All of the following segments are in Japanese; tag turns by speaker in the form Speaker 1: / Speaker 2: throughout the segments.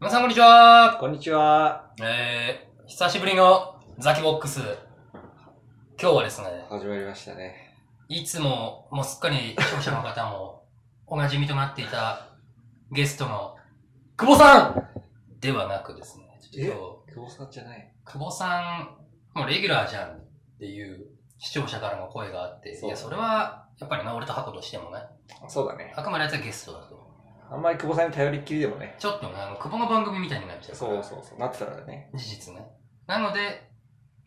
Speaker 1: 皆さんこんにちは
Speaker 2: こんにちは。
Speaker 1: えー、久しぶりのザキボックス。今日はですね、
Speaker 2: 始まりましたね。
Speaker 1: いつももうすっかり視聴者の方もお馴染みとなっていたゲストの久保さんではなくですね、ちょっ
Speaker 2: 久保さんじゃない。
Speaker 1: と、久保さん、もうレギュラーじゃんっていう視聴者からの声があって、
Speaker 2: そう
Speaker 1: いや、それはやっぱりな、俺と箱としてもね、
Speaker 2: そうだね。
Speaker 1: あくまであいつはゲストだと。
Speaker 2: あんまり久保さんに頼りっきりでもね。
Speaker 1: ちょっとね、あの、久保の番組みたいになっちゃうか
Speaker 2: そ
Speaker 1: ら
Speaker 2: うそうそう。なってたらね。
Speaker 1: 事実ね。なので、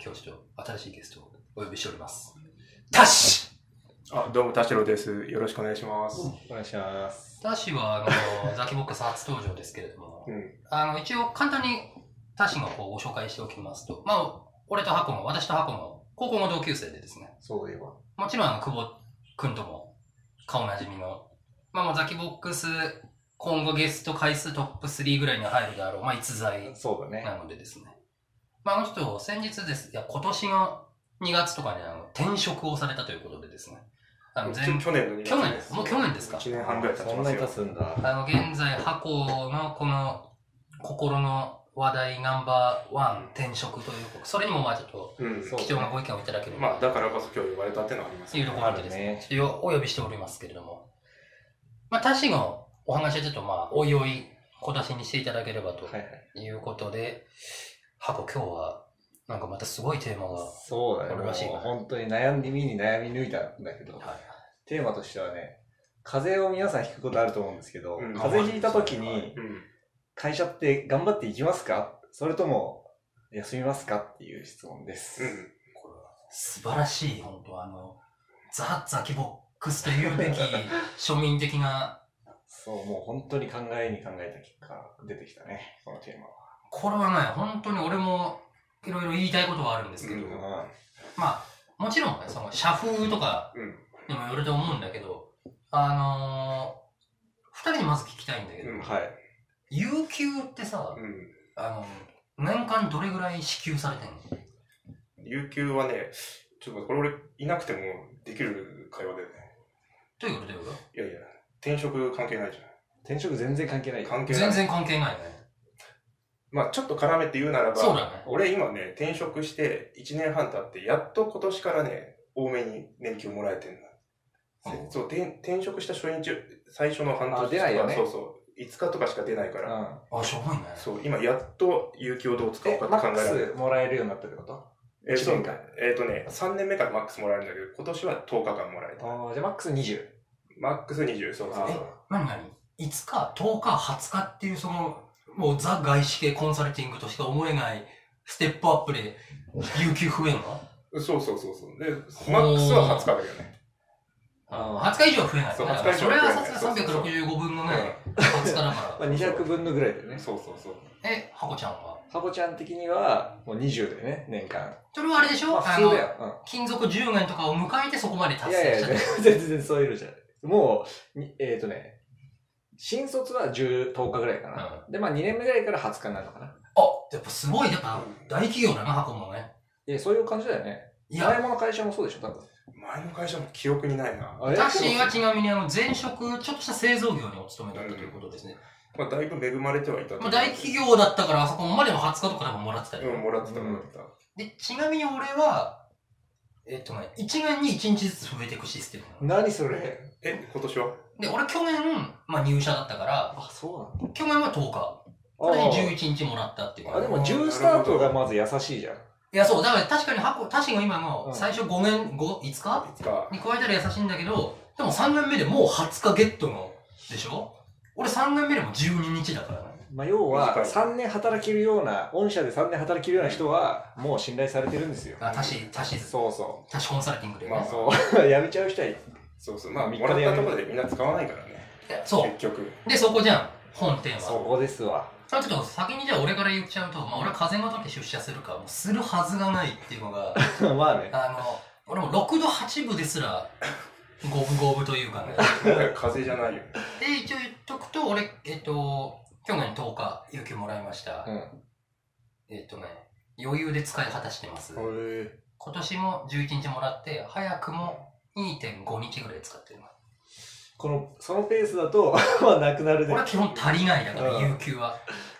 Speaker 1: 今日ちょっと新しいゲストをお呼びしております。タシ
Speaker 3: あ、どうも、田代です。よろしくお願いします。
Speaker 2: お願いします。
Speaker 1: タシは、あの、 ザキボックス初登場ですけれども、
Speaker 2: うん。
Speaker 1: あの、一応簡単にタシの方をご紹介しておきますと、まあ、俺とハコの、私とハコの高校の同級生でですね、
Speaker 2: そういえば。
Speaker 1: もちろんあの、久保くんとも顔なじみの、まあもうザキボックス今後ゲスト回数トップ3ぐらいに入るであろう、まあ逸材
Speaker 2: そうだね。
Speaker 1: なのでですね。まあ、あの人、先日です。いや、今年の2月とかにあの転職をされたということでですね。あの、
Speaker 3: き
Speaker 1: 前
Speaker 3: 去年の2月
Speaker 1: 去年ですもう去年ですか
Speaker 3: 1年半ぐらい経ち
Speaker 2: そん
Speaker 3: ま
Speaker 2: な
Speaker 3: す
Speaker 2: に経
Speaker 3: よ。
Speaker 2: つんだ。
Speaker 1: あの、現在、箱のこの、心の話題ナンバーワン転職という、それにもまあちょっと、
Speaker 3: うん、
Speaker 2: そう
Speaker 1: 貴重なご意見をいただければ
Speaker 3: まあ、だからこそ今日呼ばれたっていうのはあります
Speaker 1: というところでですね、ちょっとお呼びしておりますけれども。まあ、他氏のお話はちょっとまあ、おいおい、小出しにしていただければと
Speaker 2: はいはい。
Speaker 1: いうことで、箱今日は、なんかまたすごいテーマが、
Speaker 2: そうだね。
Speaker 1: これらしいな
Speaker 2: もう本当に悩んでみに悩み抜いたんだけど、
Speaker 1: はい
Speaker 2: テーマとしてはね、風邪を皆さん引くことあると思うんですけど、
Speaker 3: うん
Speaker 2: 風邪ひいた時に
Speaker 3: うん。
Speaker 2: 会社って頑張っていきますかそれとも休みますかっていう質問です。
Speaker 3: うん。
Speaker 1: これは素晴らしい、本当あの、ザ・ザキボックスというべ き庶民的な、
Speaker 2: そう、もう本当に考えに考えた結果出てきたね、このテーマは。
Speaker 1: これはね、本当に俺もいろいろ言いたいことはあるんですけど、
Speaker 3: うん
Speaker 1: まあ、もちろんね、その社風とか
Speaker 3: うん。
Speaker 1: にもよると思うんだけど、あのー、二人にまず聞きたいんだけど、
Speaker 3: うん
Speaker 2: はい。
Speaker 1: 有給ってさ、
Speaker 3: うん。
Speaker 1: あの、年間どれぐらい支給されてんの
Speaker 3: 有給はね、ちょっと待って、これ俺いなくてもできる会話でね。
Speaker 1: ということでよ。
Speaker 3: いやいや、転職関係ないじ
Speaker 2: 転職全然関係な
Speaker 3: ゃ
Speaker 2: い。
Speaker 3: ん。関係ない。
Speaker 1: 全。然関係ないね。
Speaker 3: まあ、ちょっと絡めて言うならば、
Speaker 1: そうだね。
Speaker 3: 俺今ね、転職して1年半経って、やっと今年からね、多めに年金もらえてんだ。
Speaker 1: うん
Speaker 3: そう、転転職した初日、最初の半年と
Speaker 2: あ
Speaker 3: か、
Speaker 2: 出ないよね
Speaker 3: そうそう、5日とかしか出ないか
Speaker 2: う
Speaker 3: ら、
Speaker 2: ん。
Speaker 1: あ、しょぼいね。
Speaker 3: そう、今やっと有給をどう使おう
Speaker 2: え
Speaker 3: かっ、て
Speaker 2: マ
Speaker 3: 考
Speaker 2: ッ
Speaker 3: えられる。
Speaker 2: クスもらえるようになったってこと
Speaker 3: えー、
Speaker 2: 一
Speaker 3: そう
Speaker 2: 年間
Speaker 3: えっ、とね、3年目からマックスもらえるんだけど、今年は10日間もらえた。
Speaker 2: ああ、じゃあマックス20。
Speaker 3: マックス20、そうそう
Speaker 2: あ
Speaker 3: そう。
Speaker 1: 何何いつか10日、20日っていうその、もうザ外資系コンサルティングとしか思えないステップアップで、有給増えんの
Speaker 3: そうそうそうそう。で、
Speaker 1: ー
Speaker 3: マックスは20日だけどね。
Speaker 2: あ
Speaker 1: ?20 日以上は増えない
Speaker 3: そう
Speaker 1: だから
Speaker 3: 20日以上
Speaker 1: それ
Speaker 3: は増えな
Speaker 1: はいさすがに
Speaker 3: そうそう
Speaker 1: 365分のね、
Speaker 3: うん
Speaker 1: 20日だ
Speaker 2: あ。
Speaker 1: か
Speaker 2: まあ、200分のぐらいだよね。
Speaker 3: そうそうそう。
Speaker 1: ら。 え、ハコちゃんは
Speaker 2: ハコちゃん的には、もう20だよね、年間。
Speaker 1: それはあれでし
Speaker 2: ま
Speaker 1: ょ
Speaker 2: あ、
Speaker 1: あ
Speaker 2: 普通
Speaker 1: の
Speaker 2: だ、よ。
Speaker 1: 勤続10年とかを迎えてそこまで
Speaker 2: うん。
Speaker 1: 達
Speaker 2: い
Speaker 1: 成
Speaker 2: やい
Speaker 1: し
Speaker 2: や
Speaker 1: たと。、
Speaker 2: 全然そういうのじゃない。もう、にえっ、とね、新卒は10、10日ぐらいかな。で、まあ2年目ぐらいから20日になるのかな。
Speaker 1: あ、やっぱすごい、やっぱ
Speaker 3: うん
Speaker 1: 大企業だな、ハコもね。
Speaker 2: いや、そういう感じだよね。
Speaker 1: い
Speaker 2: 前
Speaker 1: や、
Speaker 2: もの会社もそうでしょ、多分。
Speaker 3: 前の会社も記憶にないな。
Speaker 2: あれ
Speaker 1: タッシーはちなみにあの、前職、ちょっとした製造業にお勤めだったということですね。
Speaker 3: まあ、だいぶ恵まれてはいたと思う
Speaker 1: まあ、大企業だったから、あそこまでも20日とかでももらってたり、
Speaker 3: うん、もらってた、もらってた。
Speaker 1: で、ちなみに俺は、えっとね、1年に1日ずつ増えていくシステムなの。
Speaker 2: 何それ
Speaker 3: え、今年は
Speaker 1: で、俺去年、まあ入社だったから、
Speaker 2: あ、そうなんだ。
Speaker 1: 去年は10日。これで11日もらったっていう。
Speaker 2: あ、でも10スタートがまず優しいじゃん。
Speaker 1: いや、そう、だから確かに箱、タシが今の
Speaker 2: うん
Speaker 1: 最初5年、5、5日
Speaker 3: いつか。
Speaker 1: に加えたら優しいんだけど、でも3年目でもう20日ゲットの、でしょ俺3年目でも12日だからね。
Speaker 2: まあ、要は
Speaker 3: 短い
Speaker 2: 3年働けるような、御社で3年働けるような人は、もう信頼されてるんですよ。
Speaker 1: あ、タシ、タシ、
Speaker 2: そうそ
Speaker 1: タシコンサルティングで、ね
Speaker 3: まあ
Speaker 2: う。そう。 やめちゃう人はい
Speaker 3: そうそう。まあ、
Speaker 2: 三日
Speaker 3: も
Speaker 2: で
Speaker 3: らったところでみんな使わないからね。
Speaker 1: いやそう。
Speaker 3: 結局。
Speaker 1: で、そこじゃん、本テーマ。
Speaker 2: そこですわ。
Speaker 1: ちょっと先にじゃあ俺から言っちゃうと、まあ、俺は風の時出社するから、もうするはずがないっていうの が、
Speaker 2: まあね。
Speaker 1: あの、俺も6度8分ですら、五分五分というかね。
Speaker 3: もはや風邪じゃないよ。
Speaker 1: で、一応言っとくと、俺、えっと、去年10日、有給もらいました。
Speaker 2: うん。
Speaker 1: えっとね、余裕で使い果たしてます。
Speaker 2: え
Speaker 1: 今年も11日もらって、早くも2.5日ぐらい使ってるな。
Speaker 2: この、そのペースだと、まあ、なくなる
Speaker 1: 俺
Speaker 2: ね
Speaker 1: は基本足りないだから、
Speaker 2: うん
Speaker 1: 有給は。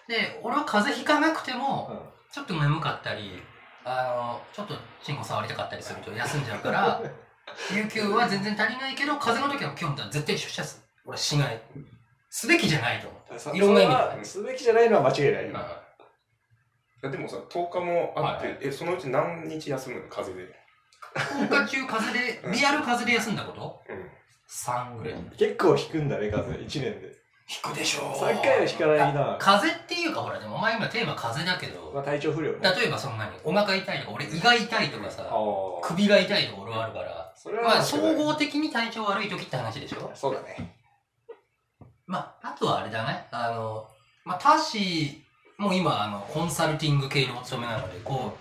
Speaker 1: で、俺は風邪ひかなくても、
Speaker 2: うん
Speaker 1: ちょっと眠かったり、あの、ちょっとチンコ触りたかったりすると休んじゃう から、有給は全然足りないけど、風邪の時は今日みたいに絶対出社する。俺はしない。すべきじゃないと思
Speaker 3: ださ
Speaker 1: いろんな意味で。
Speaker 2: それはすべきじゃないのは間違いないうよ。
Speaker 1: まあ
Speaker 3: いやでもさ、10日もあって、
Speaker 1: はい
Speaker 3: え、そのうち何日休むの風邪で。
Speaker 1: 10日中風邪で、リアル風邪で休んだこと
Speaker 3: うん。
Speaker 1: ?3 ぐらい。
Speaker 2: 結構引くんだね、風1年で。
Speaker 1: 引くでしょ
Speaker 2: 3回は引かないな。
Speaker 1: 風邪っていうかほら、でもお前今テーマ風邪だけ
Speaker 2: まあ、
Speaker 1: ど、
Speaker 2: 体調不良ね。あ
Speaker 1: 例えばそんなにお腹痛いとか、俺胃が痛いとかさ、
Speaker 2: あ。
Speaker 1: 首が痛いとか俺はあるから、
Speaker 2: それは、
Speaker 1: まあ総合的に体調悪い時って話でしょ
Speaker 2: そうだね。
Speaker 1: まあ、あとはあれだね。あの、まあ、タッシーも今、あの、コンサルティング系のお勤めなので、こ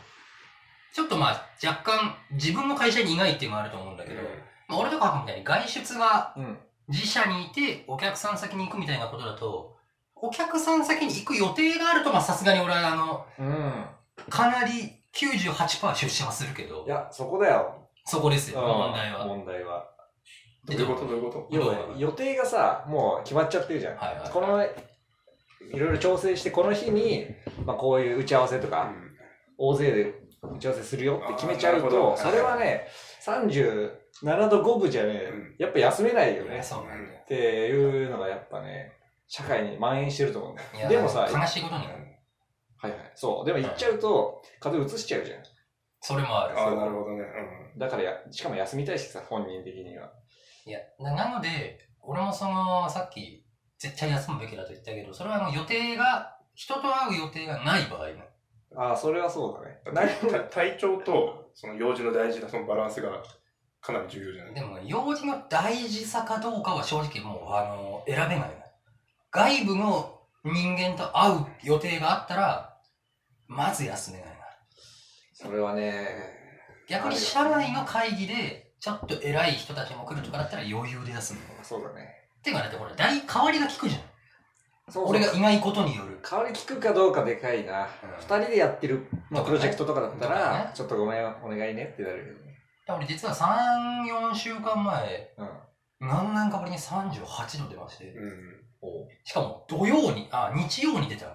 Speaker 1: う、ちょっとまあ、若干、自分の会社にいないっていうのもあると思うんだけど、まあ、俺とかみたいに外出が
Speaker 2: うん。
Speaker 1: 自社にいて、お客さん先に行くみたいなことだと、お客さん先に行く予定があると、まあ、さすがに俺は、あの、
Speaker 2: うん。
Speaker 1: かなり98%出社はするけど
Speaker 2: い、や、そこだよ。
Speaker 1: そこですよ、
Speaker 2: うん
Speaker 1: 問題は。
Speaker 2: 問題は。
Speaker 3: どういうことどういうこと
Speaker 1: いや
Speaker 2: 要は、予定がさ、もう決まっちゃってるじゃん。
Speaker 1: はいはい
Speaker 2: この、いろいろ調整して、この日に、まあ、こういう打ち合わせとか、
Speaker 3: うん
Speaker 2: 大勢で打ち合わせするよって決めちゃう
Speaker 3: あーなる
Speaker 2: と
Speaker 3: ほ、ど
Speaker 2: それはね、37度5分じゃね
Speaker 3: うん、
Speaker 2: やっぱ休めないよね。
Speaker 1: そうなんだよ
Speaker 2: っていうのがやっぱね、社会に蔓延してると思うんだよ
Speaker 1: いや
Speaker 2: でもさ、
Speaker 1: 悲しいことに、
Speaker 2: はいはい。そう。でも行っちゃうと、風邪移しちゃうじゃん。
Speaker 1: それもある。
Speaker 3: ああ、なるほどね。
Speaker 2: だからや、しかも休みたいしさ、本人的には。
Speaker 1: いや、ななので、俺もその、さっき、絶対休むべきだと言ったけど、それはあの予定が、人と会う予定がない場合も。
Speaker 2: ああ、それはそうだね。
Speaker 3: うん。た体調と、その用事の大事なそのバランスがかなり重要じゃない
Speaker 1: でも、用事の大事さかどうかは正直もう、あの、選べないな。外部の人間と会う予定があったら、まず休めないな。
Speaker 2: それはね、
Speaker 1: 逆に社内の会議で、ちょっと偉い人たちも来るとかだったら余裕で休む。
Speaker 2: そうだね。
Speaker 1: てかだってほら、代代わりが効くじゃん。
Speaker 2: そうそう
Speaker 1: 俺がいないことによる。
Speaker 2: 代わり聞くかどうかでかいな。
Speaker 1: うん
Speaker 2: 二、人でやってる、まあ、プロジェクトとかだった、
Speaker 1: とからね
Speaker 2: ちょっとごめん、お願いねってなるけどね。
Speaker 1: だから俺実は3、4週間前、
Speaker 2: うん。
Speaker 1: 何年かぶりに38度出まして、
Speaker 3: うん。
Speaker 1: しかも土曜に、あ、日曜に出たの。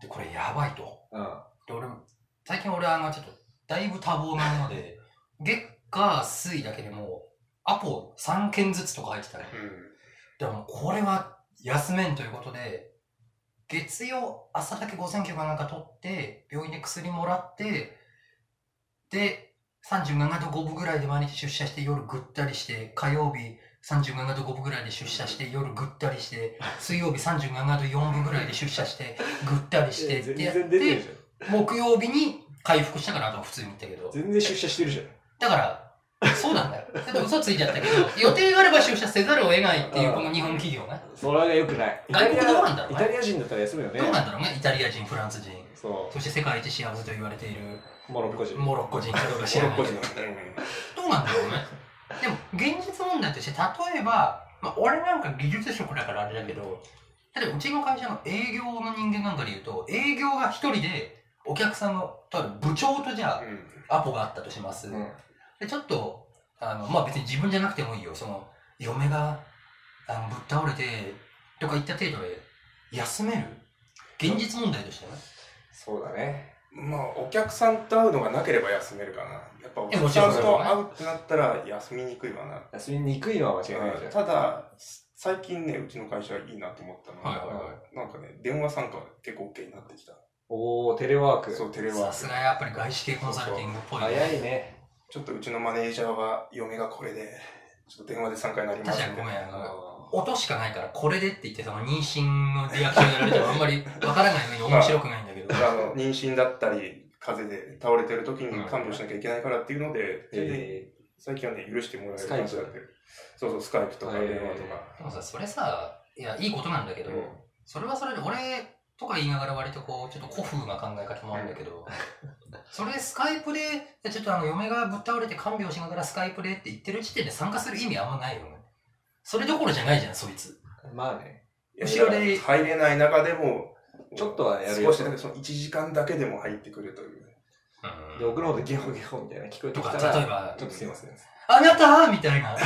Speaker 1: で、これやばいと。
Speaker 2: うん。
Speaker 1: で、俺、最近俺あの、ちょっと、だいぶ多忙なので、月火水だけでもう、アポ3件ずつとか入ってたね。でも、これは休めんということで、月曜朝だけ5000かなんか取って、病院で薬もらって、で、37度5分ぐらいで毎日出社して夜ぐったりして、火曜日37度5分ぐらいで出社して夜ぐったりして、水曜日37度4分ぐらいで出社して、ぐったりしてってやっ
Speaker 2: 全然出てる
Speaker 1: て、
Speaker 2: じゃん。
Speaker 1: 木曜日に回復したから、あとは普通に行ったけど。
Speaker 2: 全然出社してるじゃん。
Speaker 1: だから、そうなんだよ。だって嘘ついちゃったけど、予定があれば出社せざるを得ないっていうこの日本企業ね。
Speaker 2: それは良くない。イタ
Speaker 1: 外
Speaker 2: リ
Speaker 1: 国
Speaker 2: ア
Speaker 1: どうなんだろう
Speaker 2: イ
Speaker 1: ね
Speaker 2: タリア人だったら休むよね。
Speaker 1: どうなんだろうね、イタリア人、フランス人、
Speaker 2: そ
Speaker 1: そして世界一幸せと言われている
Speaker 2: う。モロッコ人。
Speaker 1: モロッコ人かどうか知
Speaker 3: モ
Speaker 1: ら
Speaker 3: ロ
Speaker 1: な
Speaker 3: ッ
Speaker 1: い
Speaker 3: コ
Speaker 1: け
Speaker 3: 人
Speaker 1: ど、
Speaker 3: だね
Speaker 1: どうなんだろうね。でも、現実問題として、例えば、まあ、俺なんか技術職だからあれだけど、例えばうちの会社の営業の人間なんかで言うと、営業が一人で、お客さんの、例えば部長とじゃ
Speaker 3: うん。うん。
Speaker 1: あ、アポがあったとします。
Speaker 2: うん。
Speaker 1: で、ちょっと、あの、まあ、別に自分じゃなくてもいいよ。その、嫁が、あの、ぶっ倒れて、とか言った程度で、休める現実問題としてね。
Speaker 2: そうだね。
Speaker 3: まあ、お客さんと会うのがなければ休めるかな。やっぱお
Speaker 1: いやも
Speaker 3: 客
Speaker 1: ちろ
Speaker 3: さ
Speaker 1: ん
Speaker 3: ん
Speaker 1: それは
Speaker 3: と
Speaker 1: ね
Speaker 3: 会うってなったら休みにくいわな。
Speaker 2: 休みにくいのは間違いないじゃん。
Speaker 3: ただ、最近ね、うちの会社いいなと思ったのは、
Speaker 1: はいはいは
Speaker 3: なんかね、電話参加結構 OK になってきた。
Speaker 2: おー、テレワーク。
Speaker 3: そう、テレワ
Speaker 1: さ
Speaker 3: ー
Speaker 1: す
Speaker 3: ク。
Speaker 1: がやっぱり外資系コンサルティングっぽい、ね。
Speaker 2: 早いね。
Speaker 3: ちょっとうちのマネージャーは、嫁がこれで、ちょっと電話で参加になります
Speaker 1: 確かにごめん、あ
Speaker 2: あ
Speaker 1: の、
Speaker 2: の
Speaker 1: 音しかないから、これでって言って、その妊娠のリアクションやられてもあんまりわからないように面白くないんだけど。
Speaker 3: あの妊娠だったり、風邪で倒れてる時に看病しなきゃいけないからっていうので、それで
Speaker 2: え
Speaker 3: 最近はね、許してもらえ
Speaker 2: ス
Speaker 3: る
Speaker 2: カイプ
Speaker 3: 感じになってる。そうそう、スカイプとか
Speaker 2: へー
Speaker 3: 電話とか。
Speaker 1: でもさ、それさ、いや、いいことなんだけど、それはそれで、俺とか言いながら割とこう、ちょっと古風な考え方もあるんだけど、それスカイプで、ちょっとあの、嫁がぶっ倒れて看病しながらスカイプでって言ってる時点で参加する意味あんまないよね。それどころじゃないじゃん、そいつ。
Speaker 2: ーまあね。
Speaker 3: いや
Speaker 1: 後ろで
Speaker 3: 入れない中でも、
Speaker 2: ちょっとはやるよ
Speaker 3: 少しだけ、その1時間だけでも入ってくるという。
Speaker 2: で、送るのでゲホゲホみたいな聞こえ
Speaker 1: と
Speaker 2: てきた、、
Speaker 1: から例えば
Speaker 2: ちょっとすいません。
Speaker 1: あなたみたいな。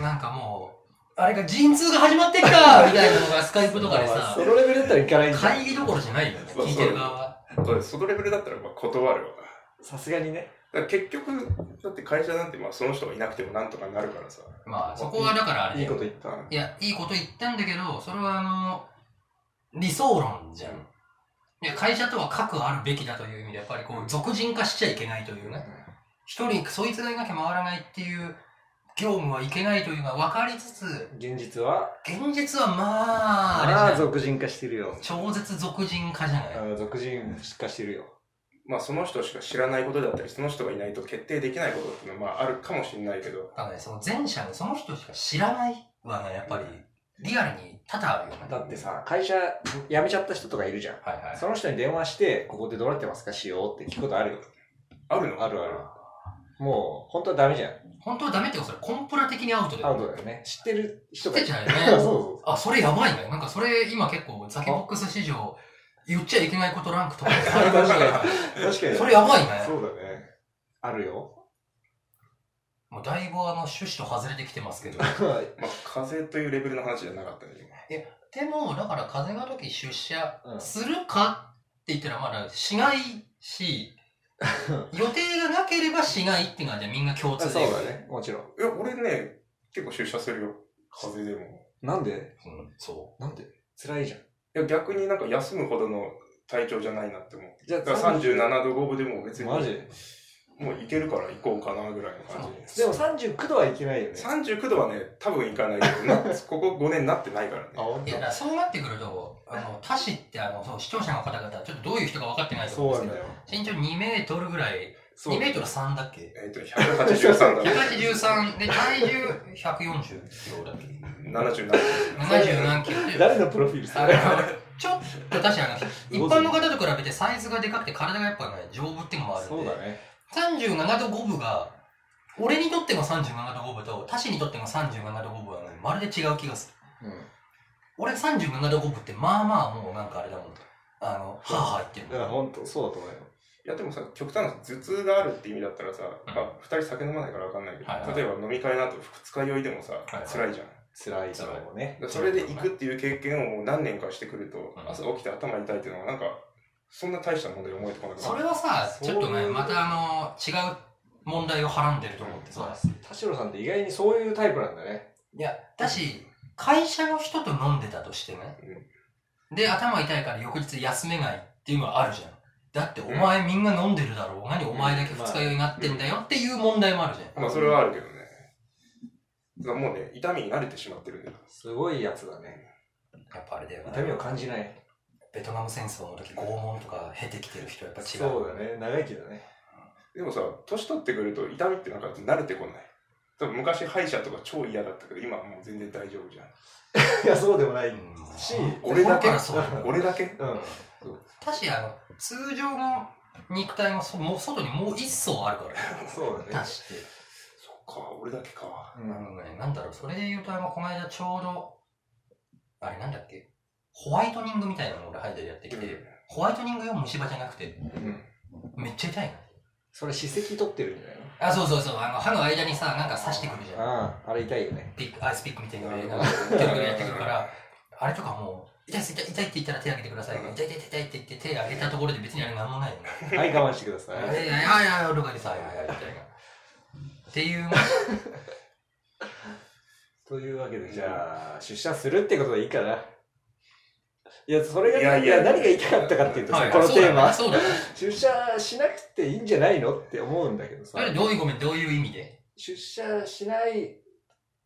Speaker 1: なんかもあれが陣痛が始まって きたみたいなのがスカイプとかでさ
Speaker 2: そ、のレベルだったらいかないんじゃん
Speaker 1: 会議どころじゃないよね、
Speaker 3: そうそう
Speaker 1: 聞いてる側は。
Speaker 3: そうですそのレベルだったらまあ断るわ
Speaker 2: さすがにね。
Speaker 3: だから結局だって会社なんてまあその人がいなくてもなんとかなるからさ
Speaker 1: まあ、そこはだからあれ
Speaker 2: いい
Speaker 1: ね
Speaker 2: こと言った。
Speaker 3: だから
Speaker 1: いや、いいこと言ったんだけど、それはあの、理想論じゃん。いや、会社とは核あるべきだという意味で、やっぱりこう、俗人化しちゃいけないというね。一人、そいつがいなきゃ回らないっていう業務はいけないというのは分かりつつ、
Speaker 2: 現実は、
Speaker 1: 現実はまあ、あれじ
Speaker 2: ああ、
Speaker 1: ゃない
Speaker 2: 俗人化してるよ。
Speaker 1: 超絶俗人化じゃない。
Speaker 2: うん俗人化してるよ。
Speaker 3: まあその人しか知らないことだったりその人がいないと決定できないことっていうのはまああるかもしれないけど
Speaker 1: だからね、その前者のその人しか知らないはね、やっぱり、リアルに多々あるよね。
Speaker 2: だってさ、会社辞めちゃった人とかいるじゃん。
Speaker 1: はいはい。
Speaker 2: その人に電話して、ここでどうなってますかしようって聞くことあるよ。
Speaker 3: あるの
Speaker 2: あるある。もう、本当はダメじゃん。
Speaker 1: 本当はダメってことそれコンプラ的にアウトだ
Speaker 2: ア
Speaker 1: よ
Speaker 2: ウトだよね。知ってる人
Speaker 1: 知って
Speaker 2: がい
Speaker 1: んじゃない
Speaker 2: そう
Speaker 1: ね。
Speaker 2: そう
Speaker 1: あ、それやばいね。なんかそれ今結構ザキボックス史上言っちゃいけないことランクとかで
Speaker 2: そう。
Speaker 1: 最
Speaker 2: 確
Speaker 1: 高じゃない
Speaker 2: かに。確かに。
Speaker 1: それやばいね。
Speaker 2: そうだね。あるよ。
Speaker 1: もうだいぶあの趣旨と外れてきてますけど。
Speaker 3: まあ風邪というレベルの話じゃなかったね今
Speaker 1: でも、だから風が時出社
Speaker 2: うん
Speaker 1: するかって言ったらまだしない し、予定がなければしないっていうのはじゃあみんな共通
Speaker 2: そう
Speaker 1: で。
Speaker 2: だね。もちろん。
Speaker 3: いや、俺ね、結構出社するよ。風邪でも。
Speaker 2: なんで
Speaker 1: うん、そ
Speaker 2: なんで辛いじゃん。
Speaker 3: いや、逆になんか休むほどの体調じゃないなって思う。
Speaker 2: じゃ
Speaker 3: だから37度5分でも別に、
Speaker 2: マジで
Speaker 3: もういけるから行こうかなぐらいの感じ
Speaker 2: でも39度はいけないよね。
Speaker 3: 39度はね、多分行かないけ ど、なここ5年なってないからね。
Speaker 2: あ、ほん
Speaker 1: う。いや、だからそうなってくると、あの、他市ってあの、そう視聴者の方々、ちょっとどういう人か分かってないと
Speaker 2: そ
Speaker 1: 思
Speaker 2: う
Speaker 1: う
Speaker 2: なん
Speaker 1: んで
Speaker 2: だ
Speaker 1: す
Speaker 2: よ。
Speaker 1: けど、身長2メートルぐらい、
Speaker 2: そう
Speaker 1: 2メートル3だっけ
Speaker 3: えっ、と、183だ。
Speaker 1: 183で体重140キロだっけ
Speaker 3: 77
Speaker 1: 70何キロで
Speaker 2: 誰のプロフィールそ
Speaker 1: あ
Speaker 2: れ
Speaker 1: のちょっと確かに一般の方と比べてサイズがでかくて体がやっぱね丈夫っていうのもあるんで
Speaker 2: そうだね。
Speaker 1: 37度5分が俺にとっても37度5分と他氏にとっても37度5分はねまるで違う気がする
Speaker 2: うん。
Speaker 1: 俺37度5分ってまあまあもうなんかあれだもんあのはあはあ言って
Speaker 2: だ
Speaker 1: る
Speaker 2: から本当そうだと思うよ。
Speaker 3: いや、でもさ、極端な話頭痛があるって意味だったらさ、
Speaker 1: うん
Speaker 3: まあ、2人酒飲まないから分かんないけど、
Speaker 1: はいはい
Speaker 3: 例えば飲み会の後、二日酔いでもさ、
Speaker 1: はい
Speaker 3: 辛いじゃん。
Speaker 2: 辛いと思うね。
Speaker 3: だからそれで行くっていう経験をもう何年かしてくると、
Speaker 1: ん
Speaker 3: 朝起きて頭痛いっていうのはなんかそんな大した問題に思えてこなくな
Speaker 1: それはさちょっと
Speaker 2: そうい
Speaker 1: ね
Speaker 2: う
Speaker 1: またあの違う問題をはらんでると思ってさ、
Speaker 2: 田代さんって意外にそういうタイプなんだね。
Speaker 1: いや、だし、会社の人と飲んでたとしてね。で、頭痛いから翌日休めないっていうのはあるじゃん。だって、お前みんな飲んでるだろう。何お前だけ二日酔いになってんだよっていう問題もあるじゃん。
Speaker 3: まあそれはあるけどねだからもうね痛みに慣れてしまってるんだよ
Speaker 2: すごいやつだね。
Speaker 1: やっぱあれだよ
Speaker 2: 痛みを
Speaker 1: ね。
Speaker 2: 感じない。
Speaker 1: ベトナム戦争の時拷問とか経てきてる人はやっぱ違う。
Speaker 2: そうだ。ね。長生きだね。
Speaker 3: でもさ年取ってくると痛みってなんか慣れてこない多分昔歯医者とか超嫌だったけど今はもう全然大丈夫じゃん
Speaker 2: いや、そうでもない。うん。
Speaker 1: うん、
Speaker 2: し
Speaker 1: 俺だけがそう。
Speaker 3: 俺だけ
Speaker 1: たし、あの、通常の肉体もそもう外にもう一層あるからね。
Speaker 2: そうだ
Speaker 1: た
Speaker 2: ね。
Speaker 1: しって。
Speaker 3: そっか俺だけか
Speaker 2: う
Speaker 1: あ
Speaker 2: ん。
Speaker 1: のね、なんだろう、それで言うと、あの、この間ちょうど、あれなんだっけ、ホワイトニングみたいなの俺、ハイデでやってきて、ホワイトニング用虫歯じゃなくて、
Speaker 3: うん
Speaker 1: めっちゃ痛いの。
Speaker 2: それ、歯石取ってるんじゃない
Speaker 1: あ、そうそうそう、あの、歯の間にさ、なんか刺してくるじゃん。
Speaker 2: のああ、あれ痛いよね。
Speaker 1: ピック、アイスピックみたいなの
Speaker 3: うん
Speaker 1: なんか、ぐるぐるやってくるから、あれとかもう、痛いです痛い痛いって言ったら手挙げてください。
Speaker 3: うん
Speaker 1: 痛い痛い痛いって言って手挙げたところで別にあれなんもないよね。
Speaker 2: はい、我慢してくださ
Speaker 1: はい
Speaker 2: い。
Speaker 1: はいはいはい、とかでさ、はいはいはいみたいな。っていう、
Speaker 2: というわけで、じゃあ、出社するってことでいいかな。いや、それが、
Speaker 3: いやいや
Speaker 2: 何が言いたかったかっていうとさ、
Speaker 1: はい
Speaker 2: このテーマ、
Speaker 1: そうだね。
Speaker 2: 出社しなくていいんじゃないのって思うんだけど
Speaker 1: そ
Speaker 2: さ
Speaker 1: うだ、ねどういうごめん、どういう意味で
Speaker 2: 出社しない、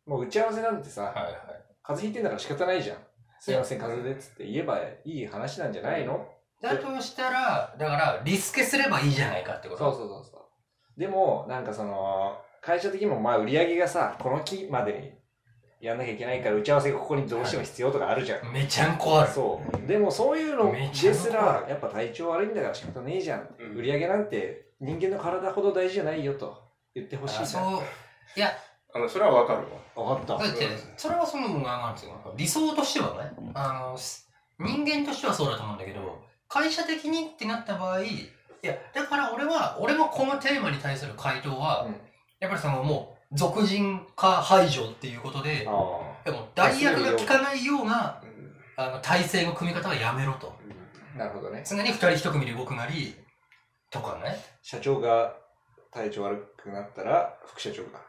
Speaker 2: もう打ち合わせなんてさ、
Speaker 1: はいはい。
Speaker 2: 風邪ひいてんだから仕方ないじゃん。すいません、風邪でっつって言えばいい話なんじゃないの
Speaker 1: だとしたら、だから、リスケすればいいじゃないかってこと。
Speaker 2: そうそうそうそう。でも、なんかその、会社的にもまあ売り上げがさ、この期までにやんなきゃいけないから打ち合わせがここにどうしても必要とかあるじゃん。
Speaker 1: めちゃんこある。
Speaker 2: そう。でもそういうの
Speaker 1: めちゃ
Speaker 2: で
Speaker 1: くちゃ
Speaker 2: すら、やっぱ体調悪いんだから仕方ねえじゃん。
Speaker 3: うん
Speaker 2: 売り上げなんて人間の体ほど大事じゃないよと言ってほしい
Speaker 1: あ
Speaker 2: じ
Speaker 1: そ
Speaker 2: ゃん。
Speaker 1: う。
Speaker 3: あのそれはわかるわ
Speaker 2: わかった。
Speaker 1: だって、それはその、なんていうの理想としてはね、あの、す人間としてはそうだと思うんだけど、会社的にってなった場合、いや、だから俺は、俺もこのテーマに対する回答は、
Speaker 2: うん
Speaker 1: やっぱりその、もう、俗人化排除っていうことで
Speaker 2: あ、あ。
Speaker 1: でも代役が効かないような
Speaker 3: うん
Speaker 1: あの体制の組み方はやめろと。
Speaker 2: なるほどね。
Speaker 1: 常に二人一組で動くなり、とかね。
Speaker 2: 社長が体調悪くなったら、副社長が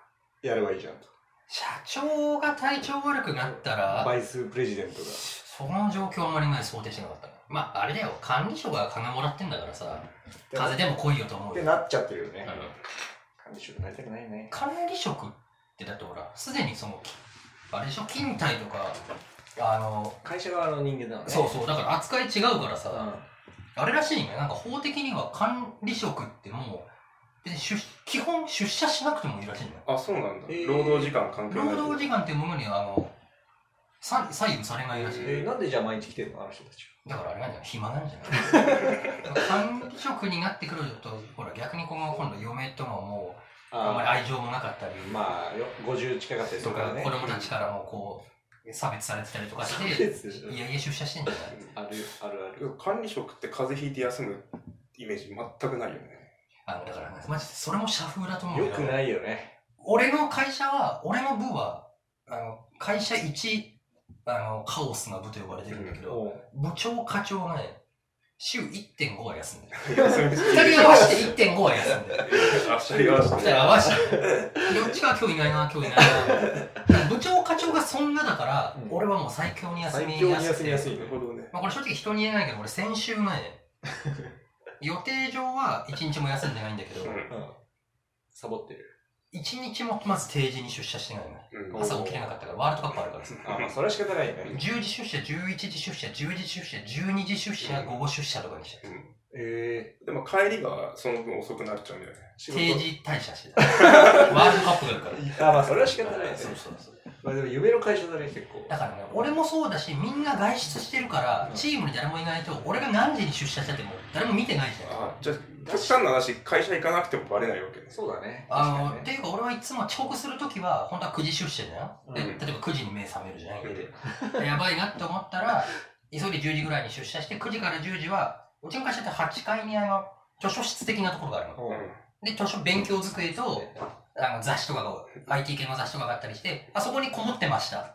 Speaker 2: やればいいじゃんと。
Speaker 1: 社長が体調悪くなったら、
Speaker 2: バイスプレジデントが。
Speaker 1: その状況あんまりない想定してなかったね。まあ、あれだよ、管理職が金もらってんだからさ、風邪でも来いよと思
Speaker 2: っ
Speaker 1: う
Speaker 2: て
Speaker 1: よ。
Speaker 2: なっちゃってるよね。
Speaker 1: うん
Speaker 2: 管理職になりたくないね。
Speaker 1: 管理職ってだってほら、すでにその、あれでしょ、勤怠とか、あの、
Speaker 2: 会社側の人間なのね。
Speaker 1: そうそう、だから扱い違うからさ、
Speaker 2: うん
Speaker 1: あれらしいね、なんか法的には管理職ってもう、で出基本出社しなくてもいいらしいね。
Speaker 3: あ、そうなんだ。
Speaker 2: えー
Speaker 3: 労働時間関係ない。
Speaker 1: 労働時間っていうものにはあの、さ左右されないらしい。
Speaker 2: えーなんでじゃあ毎日来てるのあの人たち
Speaker 1: だからあれなんじゃない暇なんじゃない管理職になってくると、ほら逆にこの今度嫁とももう、
Speaker 2: は。
Speaker 1: あんまり
Speaker 2: あ
Speaker 1: 愛情もなかったり、
Speaker 2: ーまあ、よ50近かったりす
Speaker 1: と
Speaker 2: るから
Speaker 1: か
Speaker 2: ね。
Speaker 1: 子供たちからもこう、差別されてたりとかし
Speaker 2: 差
Speaker 1: て、
Speaker 2: 別でしょ
Speaker 1: いやいや出社してんじゃない
Speaker 2: あるあるある。
Speaker 3: うん管理職って風邪ひいて休むイメージ全くないよ ね。
Speaker 1: あの、だから、ね、マジでそれも社風だと思う
Speaker 2: よくないよね。
Speaker 1: 俺の会社は、俺の部は、あの、会社一、あの、カオスな部と呼ばれてるんだけど、
Speaker 2: も
Speaker 1: 部長、課長がね、週1.5は休んでる。
Speaker 3: 休み
Speaker 1: 二人合わせて1.5は休んでる。
Speaker 3: あ、二人合わ
Speaker 1: 二
Speaker 3: せて。
Speaker 1: 人合わせて。どっちか今日いないな、今日いないな。部長、課長がそんなだから、
Speaker 2: うん
Speaker 1: 俺はもう最強に
Speaker 2: う
Speaker 1: 休
Speaker 2: 最
Speaker 1: み
Speaker 2: 強
Speaker 1: や
Speaker 2: に
Speaker 1: す
Speaker 2: 休
Speaker 1: く
Speaker 2: み
Speaker 1: て
Speaker 2: やすい
Speaker 3: な
Speaker 2: ね
Speaker 3: る。ほどね。
Speaker 1: まあこれ正直人に言えないけど、俺先週前、 予定上は1日も休んでないんだけど、
Speaker 3: うん
Speaker 2: うん。サボってる。
Speaker 1: 1日もまず定時に出社してないのね。
Speaker 3: うん
Speaker 2: あ
Speaker 1: 朝起きれなかったから、ワールドカップあるからさ。
Speaker 2: あ、まあ、それは仕方ないよね。
Speaker 1: 10時出社、11時出社、10時出社、12時出社、午後出社とかにして
Speaker 2: え
Speaker 3: でも帰りがその分遅くなっちゃうんだよね。
Speaker 2: ー、
Speaker 1: た。
Speaker 2: 仕
Speaker 1: 定時退社 してた。ワールドカップがあるから。
Speaker 2: あ、まあ、それは仕方ないよね。
Speaker 1: そうそうそう。
Speaker 2: まあ、でも夢の会社だね、結構。
Speaker 1: だからね、俺もそうだし、みんな外出してるから、チームに誰もいないと、俺が何時に出社してても、誰も見てないじゃん。
Speaker 3: あ、じゃあ、極端な話、会社行かなくてもバレないわけです。
Speaker 2: そうだね。確
Speaker 1: あ
Speaker 2: か
Speaker 1: の、
Speaker 2: に
Speaker 1: っ
Speaker 2: ね
Speaker 1: ていうか俺はいつも遅刻するときは、本当は9時出社じゃん。で、
Speaker 2: うん
Speaker 1: 例えば9時に目覚めるじゃん、家で。
Speaker 3: う
Speaker 1: やばいなって思ったら、急いで10時ぐらいに出社して、9時から10時は、うちの会社って8階にあの、図書室的なところがあるの。
Speaker 2: うん
Speaker 3: んうん
Speaker 1: で、図書、勉強机と、あの、雑誌とかが、IT 系の雑誌とかがあったりして、あそこにこもってました。
Speaker 2: っ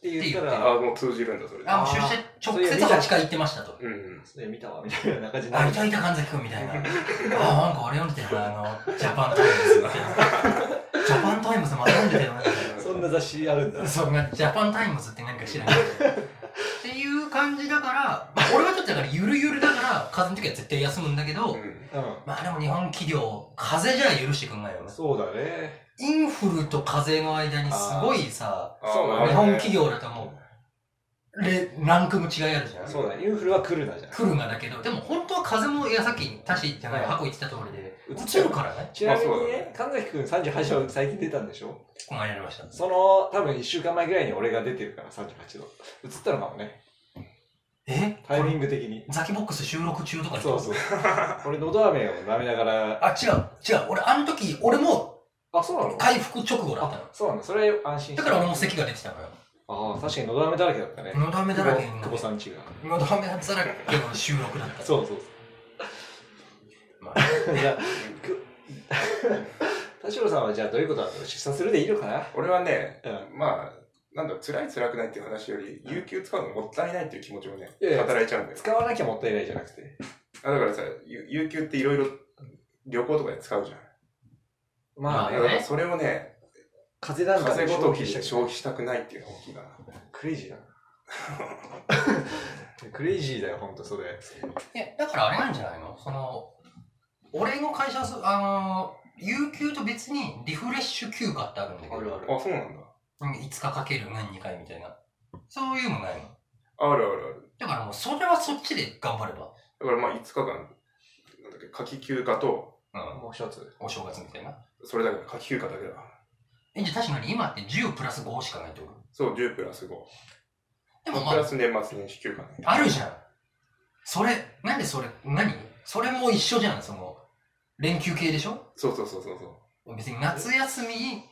Speaker 2: て言った
Speaker 3: あ、
Speaker 2: ら、
Speaker 3: もう通じるんだ、それで。
Speaker 1: あ、もう出
Speaker 2: あ
Speaker 1: 社
Speaker 2: ー、
Speaker 1: 直接8回行ってましたと。
Speaker 3: うん。
Speaker 2: それ見たわ、みたいな感じにな
Speaker 1: あ、
Speaker 2: る
Speaker 1: いたいた、神崎君みたいな。あ、なんかあれ読んでたよな、あの、ジャパンタイムズみたいな。ジャパンタイムズまた読んでたよな、みたい
Speaker 2: そんな雑誌あるんだ
Speaker 1: な。。そんな、ジャパンタイムズって何か知らない。っていう感じだから、まあ俺はちょっとだから、ゆるゆるだから、風邪の時は絶対休むんだけど、
Speaker 3: うん
Speaker 2: う
Speaker 1: まあでも日本企業、風邪じゃ許してくんないよね
Speaker 2: ん。。そうだね。
Speaker 1: インフルと風邪の間にすごいさ、
Speaker 3: あー
Speaker 2: そうだ
Speaker 1: 日
Speaker 2: ね
Speaker 1: 本企業だともう、レランクも違いあるじゃん。
Speaker 2: そうだね。インフルは来るなじゃん。
Speaker 1: 来るがだけど、でも本当は風も、いやさっき、たしじゃない、
Speaker 2: はい
Speaker 1: 箱言ってた通りで、
Speaker 2: う
Speaker 1: う
Speaker 2: つ
Speaker 1: つるからね、
Speaker 2: ちなみ
Speaker 3: まあそ
Speaker 2: に
Speaker 3: うだ
Speaker 2: ね
Speaker 3: ね、
Speaker 2: 神崎くん38度最近出たんでしょ
Speaker 1: この間やりました。
Speaker 2: その、多分1週間前ぐらいに俺が出てるから、38度。映ったのかもね。
Speaker 1: え
Speaker 2: タイミング的に。
Speaker 1: ザキボックス収録中とかに。
Speaker 2: そう そう。俺、喉飴を舐めながら、
Speaker 1: あ、違う、違う、俺あの時、俺も
Speaker 2: あ、そうなの
Speaker 1: 回復直後だった
Speaker 2: あ
Speaker 1: の。、
Speaker 2: そうなのそれ安心
Speaker 1: だから俺も
Speaker 2: 席
Speaker 1: 咳が出てたのよ。
Speaker 2: ああ、確かに喉飴だらけだったね。
Speaker 1: のだめだらけにな
Speaker 2: 久
Speaker 1: っ
Speaker 2: 保
Speaker 1: て。
Speaker 2: さんちが。
Speaker 1: のだめだらけの収録だった。
Speaker 2: そうそう
Speaker 1: ま
Speaker 2: そう。じゃあ、く田代さんはじゃあどういうことなの出産するでいいのかな
Speaker 3: 俺はね、
Speaker 2: う
Speaker 3: まあ、なんだ、辛い辛くないっていう話より、有給使うのもったいないっていう気持ちもね
Speaker 2: いやい、や
Speaker 3: 働いちゃうんだよ。
Speaker 2: 使わなきゃもったいないじゃなくて。
Speaker 3: あだからさ、有有給っていろいろ旅行とかで使うじゃん。
Speaker 2: まあね、
Speaker 1: まあ
Speaker 3: だから
Speaker 1: ね
Speaker 3: それをね、
Speaker 2: 風邪なんか
Speaker 3: 稼
Speaker 2: で
Speaker 3: ぐことを消し
Speaker 2: 消
Speaker 3: 消
Speaker 2: 費
Speaker 3: 費したくないっていうのが大きいかな。
Speaker 2: クレイジ ーだな。クレイジーだよ、ほんと、それ。
Speaker 1: いや、だからあれなんじゃないのその、俺の会社はそ、あのー、有給と別にリフレッシュ休暇ってあるんだけど、
Speaker 2: あるある
Speaker 3: あ、そうなんだ。
Speaker 1: うん5日かける何2回みたいな。そういうのないの。
Speaker 3: あるあるある。
Speaker 1: だからもう、それはそっちで頑張れば。
Speaker 3: だからまあ5日間、なんだっけ、夏季休暇と、
Speaker 1: うん。
Speaker 2: もう一つ。
Speaker 1: お正月みたいな。
Speaker 3: それだけだ、夏季休暇だけだ。
Speaker 1: え、じゃあ確かに今って10プラス5しかないってこと
Speaker 3: そう、10プラス5。
Speaker 1: でもま
Speaker 3: プラ
Speaker 1: あ、
Speaker 3: ス年末年始休暇ね。
Speaker 1: あるじゃん。それ、なんでそれ、何それも一緒じゃん、その、連休系でしょ
Speaker 3: そうそうそうそうそう。
Speaker 1: 別に夏休み、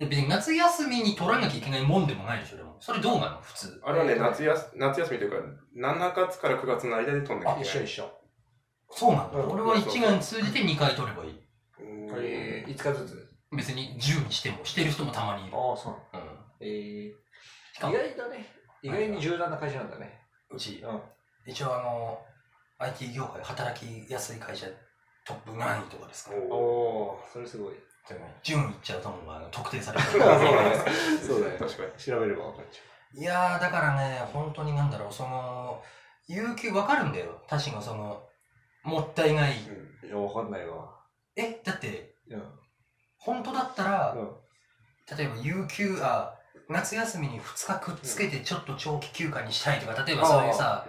Speaker 1: いや別に夏休みに取らなきゃいけないもんでもないでしょ、でも。それどうなの普通。
Speaker 3: あれはね、夏やす夏休みというか、7月から9月の間で取んなきゃい
Speaker 2: 一
Speaker 3: け
Speaker 2: 緒
Speaker 3: ない。
Speaker 2: 一緒。
Speaker 1: そうなんだ。
Speaker 2: うん
Speaker 1: 俺は1年通じて2回取ればいい。
Speaker 3: うーん
Speaker 2: 5日ずつ。
Speaker 1: 別に10にしても、してる人もたまにいる。
Speaker 2: ああ、そうなの
Speaker 1: うん。
Speaker 2: え
Speaker 1: し
Speaker 2: ー、
Speaker 1: か
Speaker 2: 意
Speaker 1: も、
Speaker 2: 外だね。意外に柔軟な会社なんだね。
Speaker 1: うち、
Speaker 2: うん。
Speaker 1: 一応あの、IT 業界働きやすい会社トップ9位とかですから、
Speaker 2: お
Speaker 3: おー
Speaker 2: おーそれすごい。
Speaker 1: でも順位いっちゃうと思うわあの特定され
Speaker 3: そ
Speaker 1: ち
Speaker 3: う
Speaker 1: ゃ
Speaker 3: だ
Speaker 1: う
Speaker 3: ね。
Speaker 2: そうだよ
Speaker 3: 確かに。
Speaker 2: 調べれば分かっちゃ
Speaker 1: いやー、だからね、本当になんだろう、その、有給わかるんだよ。確かその、もったいない。
Speaker 2: う。
Speaker 3: うん
Speaker 2: いや、分かんないわ。
Speaker 1: え、だって、
Speaker 2: うん。
Speaker 1: 本当だったら、例えば有給、あ、夏休みに2日くっつけてちょっと長期休暇にしたいとか、例えばそういうさ、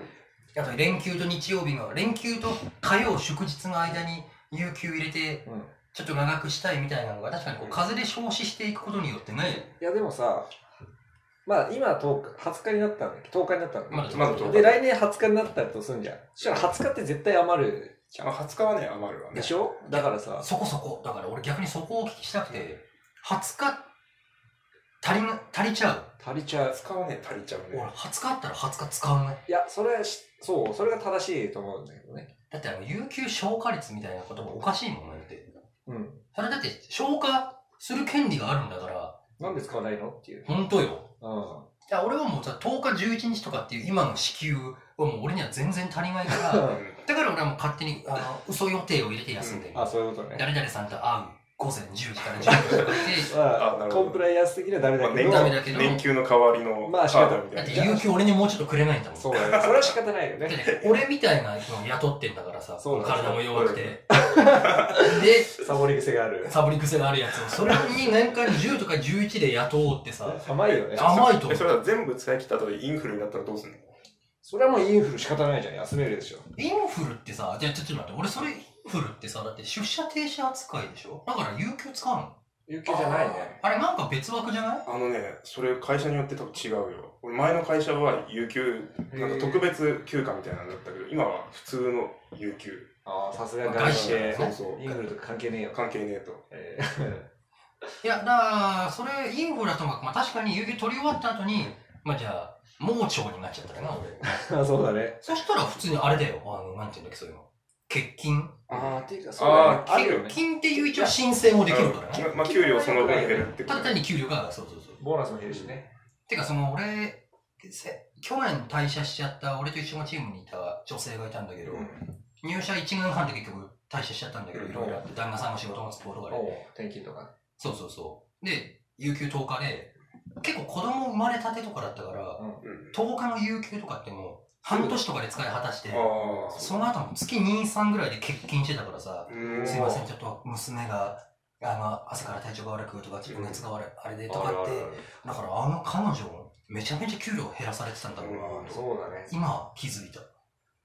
Speaker 1: あと連休と日曜日の、連休と火曜祝日の間に有給入れて、
Speaker 2: うん。うん。
Speaker 1: ちょっと長くしたいみたいなのが、確かにこう、風で消死していくことによってね、
Speaker 2: いや、でもさ、まあ今10日、20日になったんだっけ ?10 日になったんだっけ
Speaker 1: まだちょ
Speaker 3: ま
Speaker 1: っ
Speaker 3: ず
Speaker 1: と、
Speaker 3: 10日
Speaker 2: で、来年20日になったとすんじゃん。そしたら20日って絶対余るじゃ
Speaker 3: ま
Speaker 2: ん。
Speaker 3: あ、20日はね、余るわね。
Speaker 2: でしょだからさ、
Speaker 1: そこそこ。だから俺逆にそこをお聞きしたくて、20日、足りな、足りちゃう。
Speaker 2: 足りちゃう。
Speaker 3: 20日はね、足りちゃう
Speaker 1: 俺
Speaker 3: ね。
Speaker 1: 20日あったら20日使うね。
Speaker 2: いや、それはし、そう、それが正しいと思うんだけどね。
Speaker 1: だってあの、有給消化率みたいな言葉おかしいもんねだって。
Speaker 2: うん。
Speaker 1: それだって消化する権利があるんだから、
Speaker 2: なんで使わないのっていう。
Speaker 1: 本当よ。
Speaker 2: うん。
Speaker 1: いや、俺はもうさ、10日11日とかっていう今の支給はもう俺には全然足りない から、だから俺はもう勝手に、あの、嘘予定を入れて休んでる。
Speaker 2: あ、そういうことね。
Speaker 1: 誰々さんと会う午前10時から10時 とかって、
Speaker 2: ま
Speaker 3: あな
Speaker 2: あ、
Speaker 3: るほど
Speaker 2: コンプライアンス的にはダメだけど、
Speaker 1: ダメだけど、
Speaker 3: 年休の代わりの
Speaker 2: まあ仕
Speaker 3: カ
Speaker 2: 方
Speaker 3: ードみた
Speaker 1: だっ
Speaker 3: い
Speaker 1: て
Speaker 3: な。
Speaker 1: 有給俺にもうちょっとくれないんだもん。
Speaker 2: そうだね。それは仕方ないよ
Speaker 1: だ っ
Speaker 2: ね。
Speaker 1: て俺みたいなの雇ってんだからさ、
Speaker 2: そうなんですよ
Speaker 1: 体も弱くて。で、
Speaker 2: サボり癖がある。
Speaker 1: サボり癖があるやつを、それに年間10とか11で雇おうってさ、
Speaker 2: 甘いよね。
Speaker 1: 甘いと思
Speaker 3: えそれ
Speaker 1: う。
Speaker 3: は全部使い切った後でインフルになったらどうすんの
Speaker 2: それはもうインフル仕方ないじゃん。休めるでしょ。
Speaker 1: インフルってさ、じゃあちょっと待って、俺それインフルってさ、だって出社停止扱いでしょだから有給使うの
Speaker 2: 有給じゃないね。
Speaker 1: あれなんか別枠じゃない
Speaker 3: あのね、それ会社によって多分違うよ。俺前の会社は有給、なんか特別休暇みたいなのだったけど、今は普通の有給。
Speaker 2: ああ、さすが外資系。
Speaker 3: そうそう
Speaker 2: インフルとか関係ねえよ。
Speaker 3: 関係ねえと。
Speaker 2: えー
Speaker 1: いや、だから、それインフルだともかく、まあ確かに有給取り終わった後に、まあじゃあ、盲腸になっちゃったらな、俺。
Speaker 2: あそうだね。
Speaker 1: そしたら普通にあれだよ、あの、なんていうんだっけ、そういうの。欠勤
Speaker 2: ああ、っていうか、そうだね。
Speaker 3: あー
Speaker 2: あるよね
Speaker 1: 欠。勤っていう一応申請もできるからね。
Speaker 3: ままあ、給料その分減るってこ
Speaker 1: た
Speaker 3: と
Speaker 1: だ単に給料が、そうそうそう。
Speaker 2: ボーナスも減るしね。
Speaker 1: てか、その俺、せ去年退社しちゃった、俺と一緒のチームにいた女性がいたんだけど、
Speaker 3: うん
Speaker 1: 入社1年半で結局退社しちゃったんだけど、
Speaker 3: うん
Speaker 1: いろいろあって、旦那さんの仕事のスポートが
Speaker 2: お
Speaker 1: ね。
Speaker 2: う転勤とか。
Speaker 1: そうそうそう。で、有給10日で、結構子供生まれたてとかだったから、
Speaker 3: うん。
Speaker 1: 10日の有給とかってもう、半年とかで使い果たして、
Speaker 3: ああ、
Speaker 1: その後も月2、3ぐらいで欠勤してたからさ、
Speaker 3: うーん。
Speaker 1: すいません、ちょっと娘が、あの、朝から体調が悪くとか、ちょっと熱が悪い、あれでとかって、だからあの彼女、めちゃめちゃ給料減らされてたんだろうな
Speaker 3: うん
Speaker 1: と、
Speaker 2: そうだね。
Speaker 1: 今気づいた。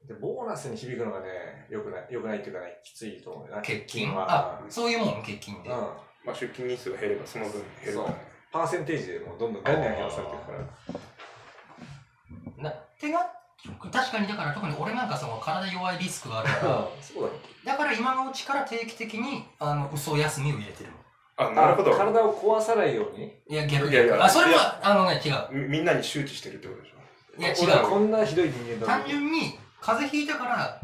Speaker 2: で、ボーナスに響くのがね、良くない、良くないっていうかね、きついと思うよな。
Speaker 1: 欠勤
Speaker 2: は。
Speaker 1: そういうもん、欠勤
Speaker 2: う
Speaker 1: で。
Speaker 2: ん。
Speaker 3: まあ、出勤日数が減ればその分減るからね。
Speaker 2: パーセンテージでもうどんどんガンガン減らされてるから。
Speaker 1: な手が、確かにだから特に俺なんかその体弱いリスクがある から、
Speaker 2: うんそうだね。
Speaker 1: だから今のうちから定期的に、あの、嘘休みを入れてるの。
Speaker 3: あ、なるほど。
Speaker 2: 体を壊さないように。
Speaker 1: いや、逆
Speaker 3: いやい
Speaker 1: に。
Speaker 3: や
Speaker 1: あ、それ
Speaker 3: い
Speaker 1: は、あのね、違う。
Speaker 3: みみんなに周知してるってことでしょ。
Speaker 1: いや、違
Speaker 2: 俺は
Speaker 1: う。
Speaker 2: こんなひどい人間だ
Speaker 1: 単純に、風邪ひいたから、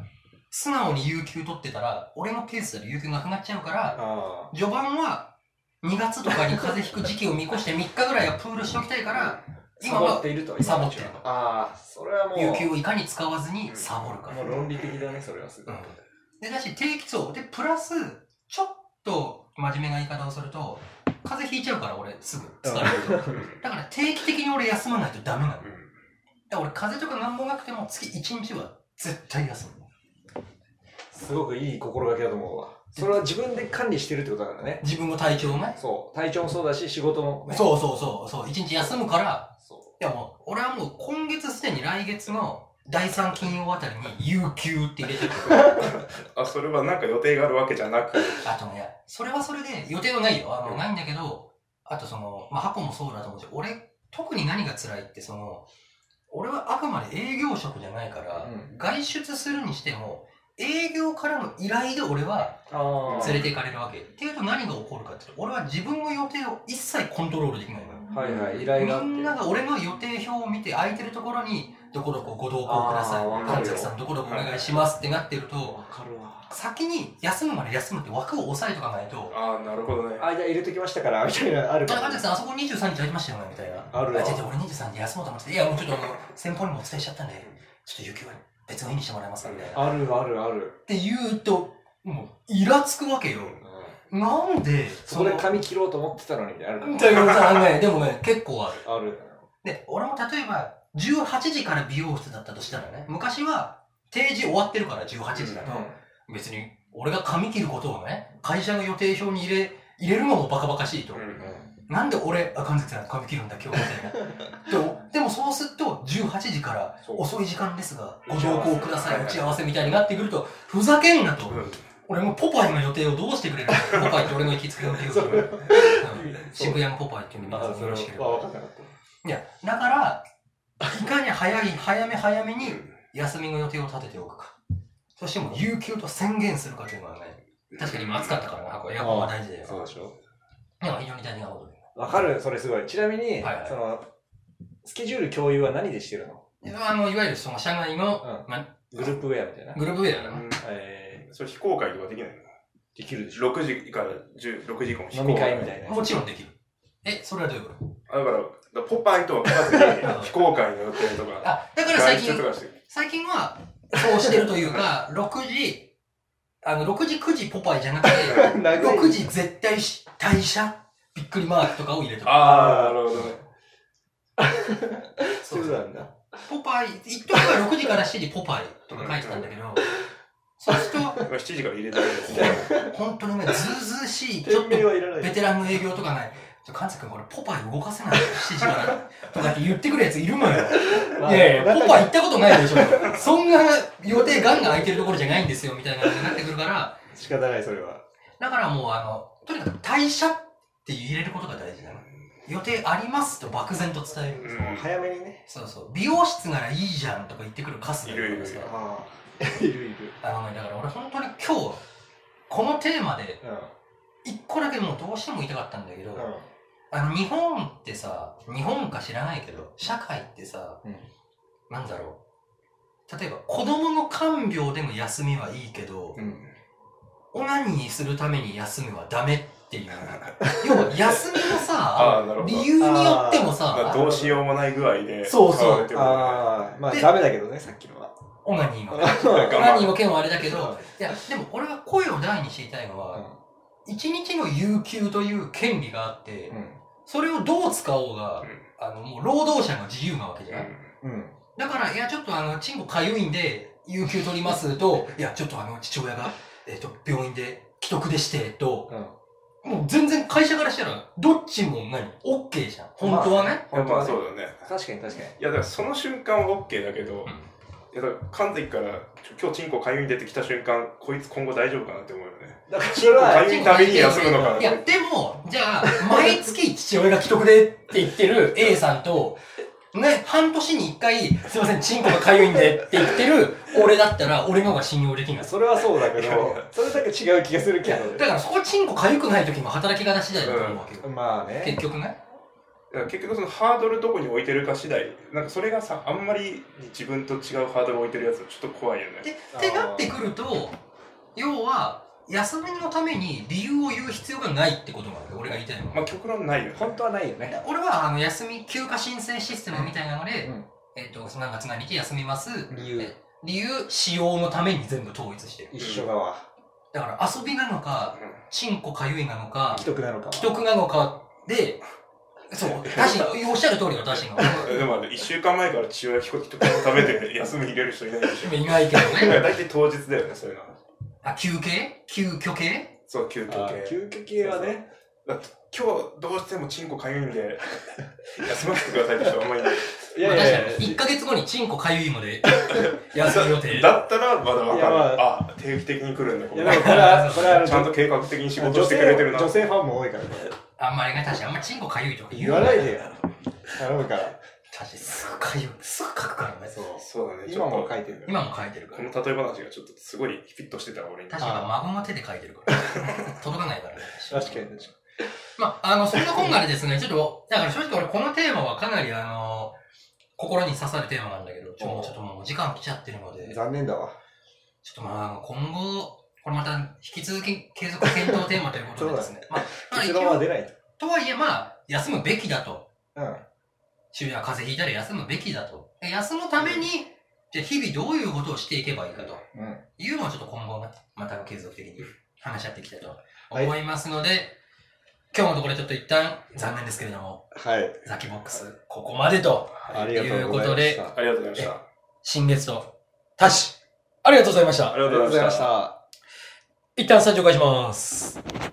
Speaker 1: 素直に有給取ってたら、俺のペースだと有給なくなっちゃうから、
Speaker 2: あ
Speaker 1: 序盤は2月とかに風邪ひく時期を見越して3日ぐらいはプールしておきたいから、
Speaker 2: あ。
Speaker 1: 今
Speaker 2: サボ
Speaker 1: は
Speaker 2: っていると。
Speaker 1: サボってる
Speaker 2: 今のうちはああ、それはもう。
Speaker 1: 有給をいかに使わずにサボるか
Speaker 2: もう論理的だね、それはすごい。
Speaker 1: うんで、だし定期そう。で、プラス、ちょっと真面目な言い方をすると、風邪ひいちゃうから俺すぐ疲れるから。
Speaker 3: うん。
Speaker 1: だから定期的に俺休まないとダメなの。だか
Speaker 3: うん
Speaker 1: ら俺風邪とかなんもなくても月1日は絶対休む。
Speaker 2: すごくいい心がけだと思うわ。それは自分で管理してるってことだからね。
Speaker 1: 自分の体調をね。
Speaker 2: そう。体調もそうだし、仕事もね。
Speaker 1: そうそうそう、そう、1日休むから、
Speaker 2: そ
Speaker 1: いやもう、俺はもう今月すでに来月の第3金曜あたりに有給って入れてる。
Speaker 3: あ、それはなんか予定があるわけじゃなく、
Speaker 1: あとね、それはそれで予定はないよ。あ
Speaker 3: う
Speaker 1: の、
Speaker 3: ん
Speaker 1: ないんだけど、あとその、まあ、箱もそうだと思うし、俺、特に何が辛いってその、俺はあくまで営業職じゃないから、
Speaker 2: うん
Speaker 1: 外出するにしても、営業からの依頼で俺は
Speaker 2: う。ああ。
Speaker 1: 連れて行かれるわけ。っていうと何が起こるかっていうと、俺は自分の予定を一切コントロールできないのよ。
Speaker 2: はいはい、依頼があって。
Speaker 1: みんなが俺の予定表を見て空いてるところにどこどこご同行ください
Speaker 2: あーわ。かる
Speaker 1: 神
Speaker 2: よ
Speaker 1: 崎さん、どこどこお願いしますってなってると、
Speaker 2: かるわ。
Speaker 1: 先に休むまで休むって枠を押さえとかないと、
Speaker 3: ああ、なるほどね。
Speaker 2: あ、じゃあ入れときましたから、みたいな、ある
Speaker 1: あ
Speaker 2: から
Speaker 1: 神崎さん、あそこ23日空きましたよねみたいな。
Speaker 2: ある
Speaker 1: あ、
Speaker 2: わ
Speaker 1: 違う違う、俺23日休もうと思ってて、いや、もうちょっとあの、先方にもお伝えしちゃったんで、ちょっと有給は別の日にしてもらえますかみたいな。っ
Speaker 2: あるあるある。
Speaker 1: て言うと、もう、イラつくわけよ。なんで、
Speaker 2: そこで
Speaker 1: の
Speaker 2: 髪切ろうと思ってたのに、ある
Speaker 1: みたいなことは ね、でもね、結構ある。
Speaker 2: ある。
Speaker 1: で、俺も例えば、18時から美容室だったとしたらね、昔は定時終わってるから18時だと、別に俺が髪切ることをね、会社の予定表に入れ、入れるのもバカバカしいと。
Speaker 3: うん
Speaker 1: なんで俺、あ、神崎さん髪切るんだ今日みたいな。でも、でもそうすると、18時から
Speaker 3: そう
Speaker 1: 遅い時間ですが、ご
Speaker 3: 打ち合
Speaker 1: 同
Speaker 3: わせ
Speaker 1: 行くださ
Speaker 3: はい
Speaker 1: い、
Speaker 3: は
Speaker 1: 打
Speaker 3: い
Speaker 1: ち合わせみたいになってくると、ふざけんなと。
Speaker 3: うん
Speaker 1: 俺もポパイの予定をどうしてくれるのポパイって俺の行きつけの予定を
Speaker 2: そう
Speaker 1: うん渋谷のポパイっていうの皆さんもよろしければ
Speaker 2: あ。分かんなかった。
Speaker 1: いや、だから、いかに早い、早め早めに
Speaker 3: うん
Speaker 1: 休みの予定を立てておくか。そしてもう、有給と宣言するかというのはね、確かに今暑かったからな、これエアコンは大事だよ。
Speaker 2: そうでしょ。
Speaker 1: でも非常に大事なことで。
Speaker 2: わかる、それすごい。ちなみに、
Speaker 1: はいはい
Speaker 2: その、スケジュール共有は何でしてるの
Speaker 1: あの、いわゆるその社内の、まあ
Speaker 2: グループウェアみたいな。
Speaker 1: グループウェアだな。
Speaker 2: え
Speaker 3: それ非公開とかできないの
Speaker 2: ー、できるでしょ。
Speaker 3: 6時から10 6時以降も非公
Speaker 2: 飲み会みたいな。
Speaker 1: もちろんできる。え、それはどういうこと
Speaker 3: あだから、だからポパイとは書か ずに非公開の予定とか、
Speaker 1: あ、だから
Speaker 3: 外
Speaker 1: 最
Speaker 3: 出と
Speaker 1: 近、
Speaker 3: かしてる。
Speaker 1: 最近は、そうしてるというか、6時、 あの、6時、9時ポパイじゃなくて、
Speaker 2: 長い
Speaker 1: 6時絶対し退社びっくりマークとかを入れてる。
Speaker 3: ああ、なるほどね。
Speaker 2: そうなんだ。
Speaker 1: ポパイ、一時は6時から7時ポパイとか書いてたんだけど、そうする
Speaker 3: 今7時から入れてるけど。
Speaker 1: と、本当にね、ずうずう しい、ちょ
Speaker 2: 店
Speaker 1: っ
Speaker 2: 名
Speaker 1: と
Speaker 2: はいらない
Speaker 1: ベ。テランの営業とかない、ちょ、かん君これポパイ動かせないよ、7時から。とかって言ってくるやついるのよ。いやいや、ポパイ行ったことないでしょ。そんな予定ガンガン空いてるところじゃないんですよ、みたいな感じになってくるから、
Speaker 2: 仕方ない、それは。
Speaker 1: だからもう、あの、とにかく退社って入れることが大事なの。予定ありますと漠然と伝える。
Speaker 3: うん
Speaker 2: 早めにね。
Speaker 1: そうそう。美容室ならいいじゃんとか言ってくるカスがからさ
Speaker 3: いるいるいる
Speaker 2: あ あ。いるいる。
Speaker 1: あのね、だから俺本当に今日、このテーマで、
Speaker 2: う
Speaker 1: 一個だけもうどうしても言いたかったんだけど、
Speaker 2: ん。うん。
Speaker 1: あの、日本ってさ、日本か知らないけど、社会ってさ、
Speaker 2: うん
Speaker 1: なんだろう。例えば、子供の看病での休みはいいけど、
Speaker 2: うん
Speaker 1: オナニーするために休むはダメっていう。要は、休みの
Speaker 3: あ
Speaker 1: さ
Speaker 3: あ、なる、ほど
Speaker 1: 理。由によっても
Speaker 3: だか
Speaker 1: さ、
Speaker 3: らどうしようもない具合で、
Speaker 1: そうそう
Speaker 3: 買われてるもんね
Speaker 2: ああ、まあ
Speaker 1: で
Speaker 2: ダメだけどね、さっきのは。
Speaker 1: オナニーの。
Speaker 3: 我
Speaker 1: オナニー
Speaker 3: 慢
Speaker 1: の件はあれだけど、いや、でも俺は声を大にしていたいのは、一日の有給という権利があって、
Speaker 2: う
Speaker 1: それをどう使おうが、
Speaker 3: うん
Speaker 1: あの、もう労働者の自由なわけじゃん。
Speaker 2: ん。うん。
Speaker 1: だから、いや、ちょっとあの、チンコかゆいんで、有給取りますと、いや、ちょっとあの、父親が、えっ、と、病院で既得でして、と、
Speaker 2: うん。
Speaker 1: もう全然会社からしたら、どっちも何オッケーじゃん。本当はね。
Speaker 3: うん。まあそう
Speaker 2: だ。
Speaker 3: だよね。
Speaker 2: 確かに確かに。
Speaker 3: いや、だからその瞬間は OK だけど、いや、だから神崎から、ちょ今日チンコかゆいんでってきた瞬間、こいつ今後大丈夫かなって思うよね。
Speaker 2: だからそれは、
Speaker 3: かゆいために休むのかな。
Speaker 1: いや、でも、じゃあ、毎月父親が既得でって言って る A さんと、ね、半年に一回、すいません、チンコがかゆいんでって言ってる俺だったら、俺の方が信用できない。
Speaker 2: それはそうだけど、それだけ違う気がする
Speaker 1: い
Speaker 2: け
Speaker 1: や、だ
Speaker 2: ど。
Speaker 1: からそこチンコかゆくない時も働き方次第だと思うわけよ。
Speaker 2: まあね。
Speaker 1: 結局ね。
Speaker 3: だから結局そのハードルどこに置いてるか次第、なんかそれがさ、あんまり自分と違うハードル置いてるやつ、ちょっと怖いよね。
Speaker 1: で、ってなってくると、要は、休みのために理由を言う必要がないってことなんだよ、俺が言いたいの
Speaker 3: まあ
Speaker 1: は。
Speaker 3: 極論ないよね。
Speaker 2: 本当はないよね。
Speaker 1: 俺は、あの、休み、休暇申請システムみたいなので、
Speaker 2: うん
Speaker 1: えっと、何月何日休みます。
Speaker 2: 理由
Speaker 1: え理由、使用のために全部統一してる。
Speaker 2: 一緒だわ。
Speaker 1: だから、遊びなのか、チンコかゆいなのか、
Speaker 2: 既得なのかは。
Speaker 1: 既得なのかで、そう、確かに、おっしゃる通りだ、確か
Speaker 3: うんでもあれ、1週間前から父親聞こえて食べて休み入れる人いないでしょ。
Speaker 1: に。いないけど
Speaker 3: だか
Speaker 1: ね。
Speaker 3: ら大体当日だよね、そういうのは。
Speaker 1: あ、休憩休虚系
Speaker 3: そう、休
Speaker 2: あ
Speaker 3: 憩
Speaker 2: ー
Speaker 3: 系。
Speaker 2: 休憩系はね。
Speaker 3: だって今日どうしてもチンコかゆいんで、休ませてくださいって人あんまりいない。
Speaker 2: い
Speaker 1: まあ
Speaker 2: や
Speaker 1: 確
Speaker 2: いや
Speaker 1: か
Speaker 2: いや
Speaker 1: に、1ヶ月後にチンコかゆいので、休み予定。
Speaker 3: だったらまだわか
Speaker 2: い
Speaker 3: る。
Speaker 2: やま
Speaker 3: あ、定期的に来るんだ、こ
Speaker 2: い
Speaker 3: こ
Speaker 2: や、でもこれ は、これは、
Speaker 3: ちゃんと計画的に仕事してくれてるな。
Speaker 2: 女性女性ファンも多いからね。
Speaker 1: あんまりね、確かにあんまチンコかゆいとか言
Speaker 2: 言
Speaker 1: う
Speaker 2: わないでよ。頼むから。
Speaker 1: 確かにすぐかゆい。すぐ書くからね。
Speaker 2: そう。
Speaker 3: そうだね、ちょ
Speaker 2: 今
Speaker 3: っと
Speaker 2: も。書いてるから。
Speaker 1: 今も書いてるか
Speaker 3: こ
Speaker 1: ら。
Speaker 3: の例え話がちょっとすごいフィットしてたわ俺に。
Speaker 1: 確かに孫の手で書いてる から。届かないからね。
Speaker 2: 確かに確か
Speaker 1: まあ、あの、そんなこんなでですね、ちょっと、だから正直俺このテーマはかなりあの、心に刺さるテーマなんだけど、ちょちょっともうお時間来ちゃってるので、ちょっ
Speaker 2: 残念だわ。
Speaker 1: とまあ、今後、これまた引き続き継続検討テーマということでですね。まあ、まあ一
Speaker 2: 結論は
Speaker 1: 応、
Speaker 2: 出ないと。
Speaker 1: とはいえ、まあ、休むべきだと。
Speaker 2: うん。
Speaker 1: 渋谷は風邪ひいたら休むべきだと。で休むために、じゃあ日々どういうことをしていけばいいかと
Speaker 2: うん。
Speaker 1: いうのをちょっと今後ね、また継続的に話し合っていきたいと
Speaker 2: はい
Speaker 1: 思いますので、今日のところでちょっと一旦残念ですけれども、
Speaker 2: はい。
Speaker 1: ザキボックス、ここまでと、
Speaker 2: ありがとうござい
Speaker 1: とい
Speaker 2: ま
Speaker 1: う
Speaker 2: し
Speaker 1: こ
Speaker 2: た。
Speaker 3: ありがとうございました。
Speaker 1: 新月と、タシ、ありがとうございました
Speaker 3: あ。りがとうございました。
Speaker 2: た。
Speaker 1: 一旦スタジオ返します。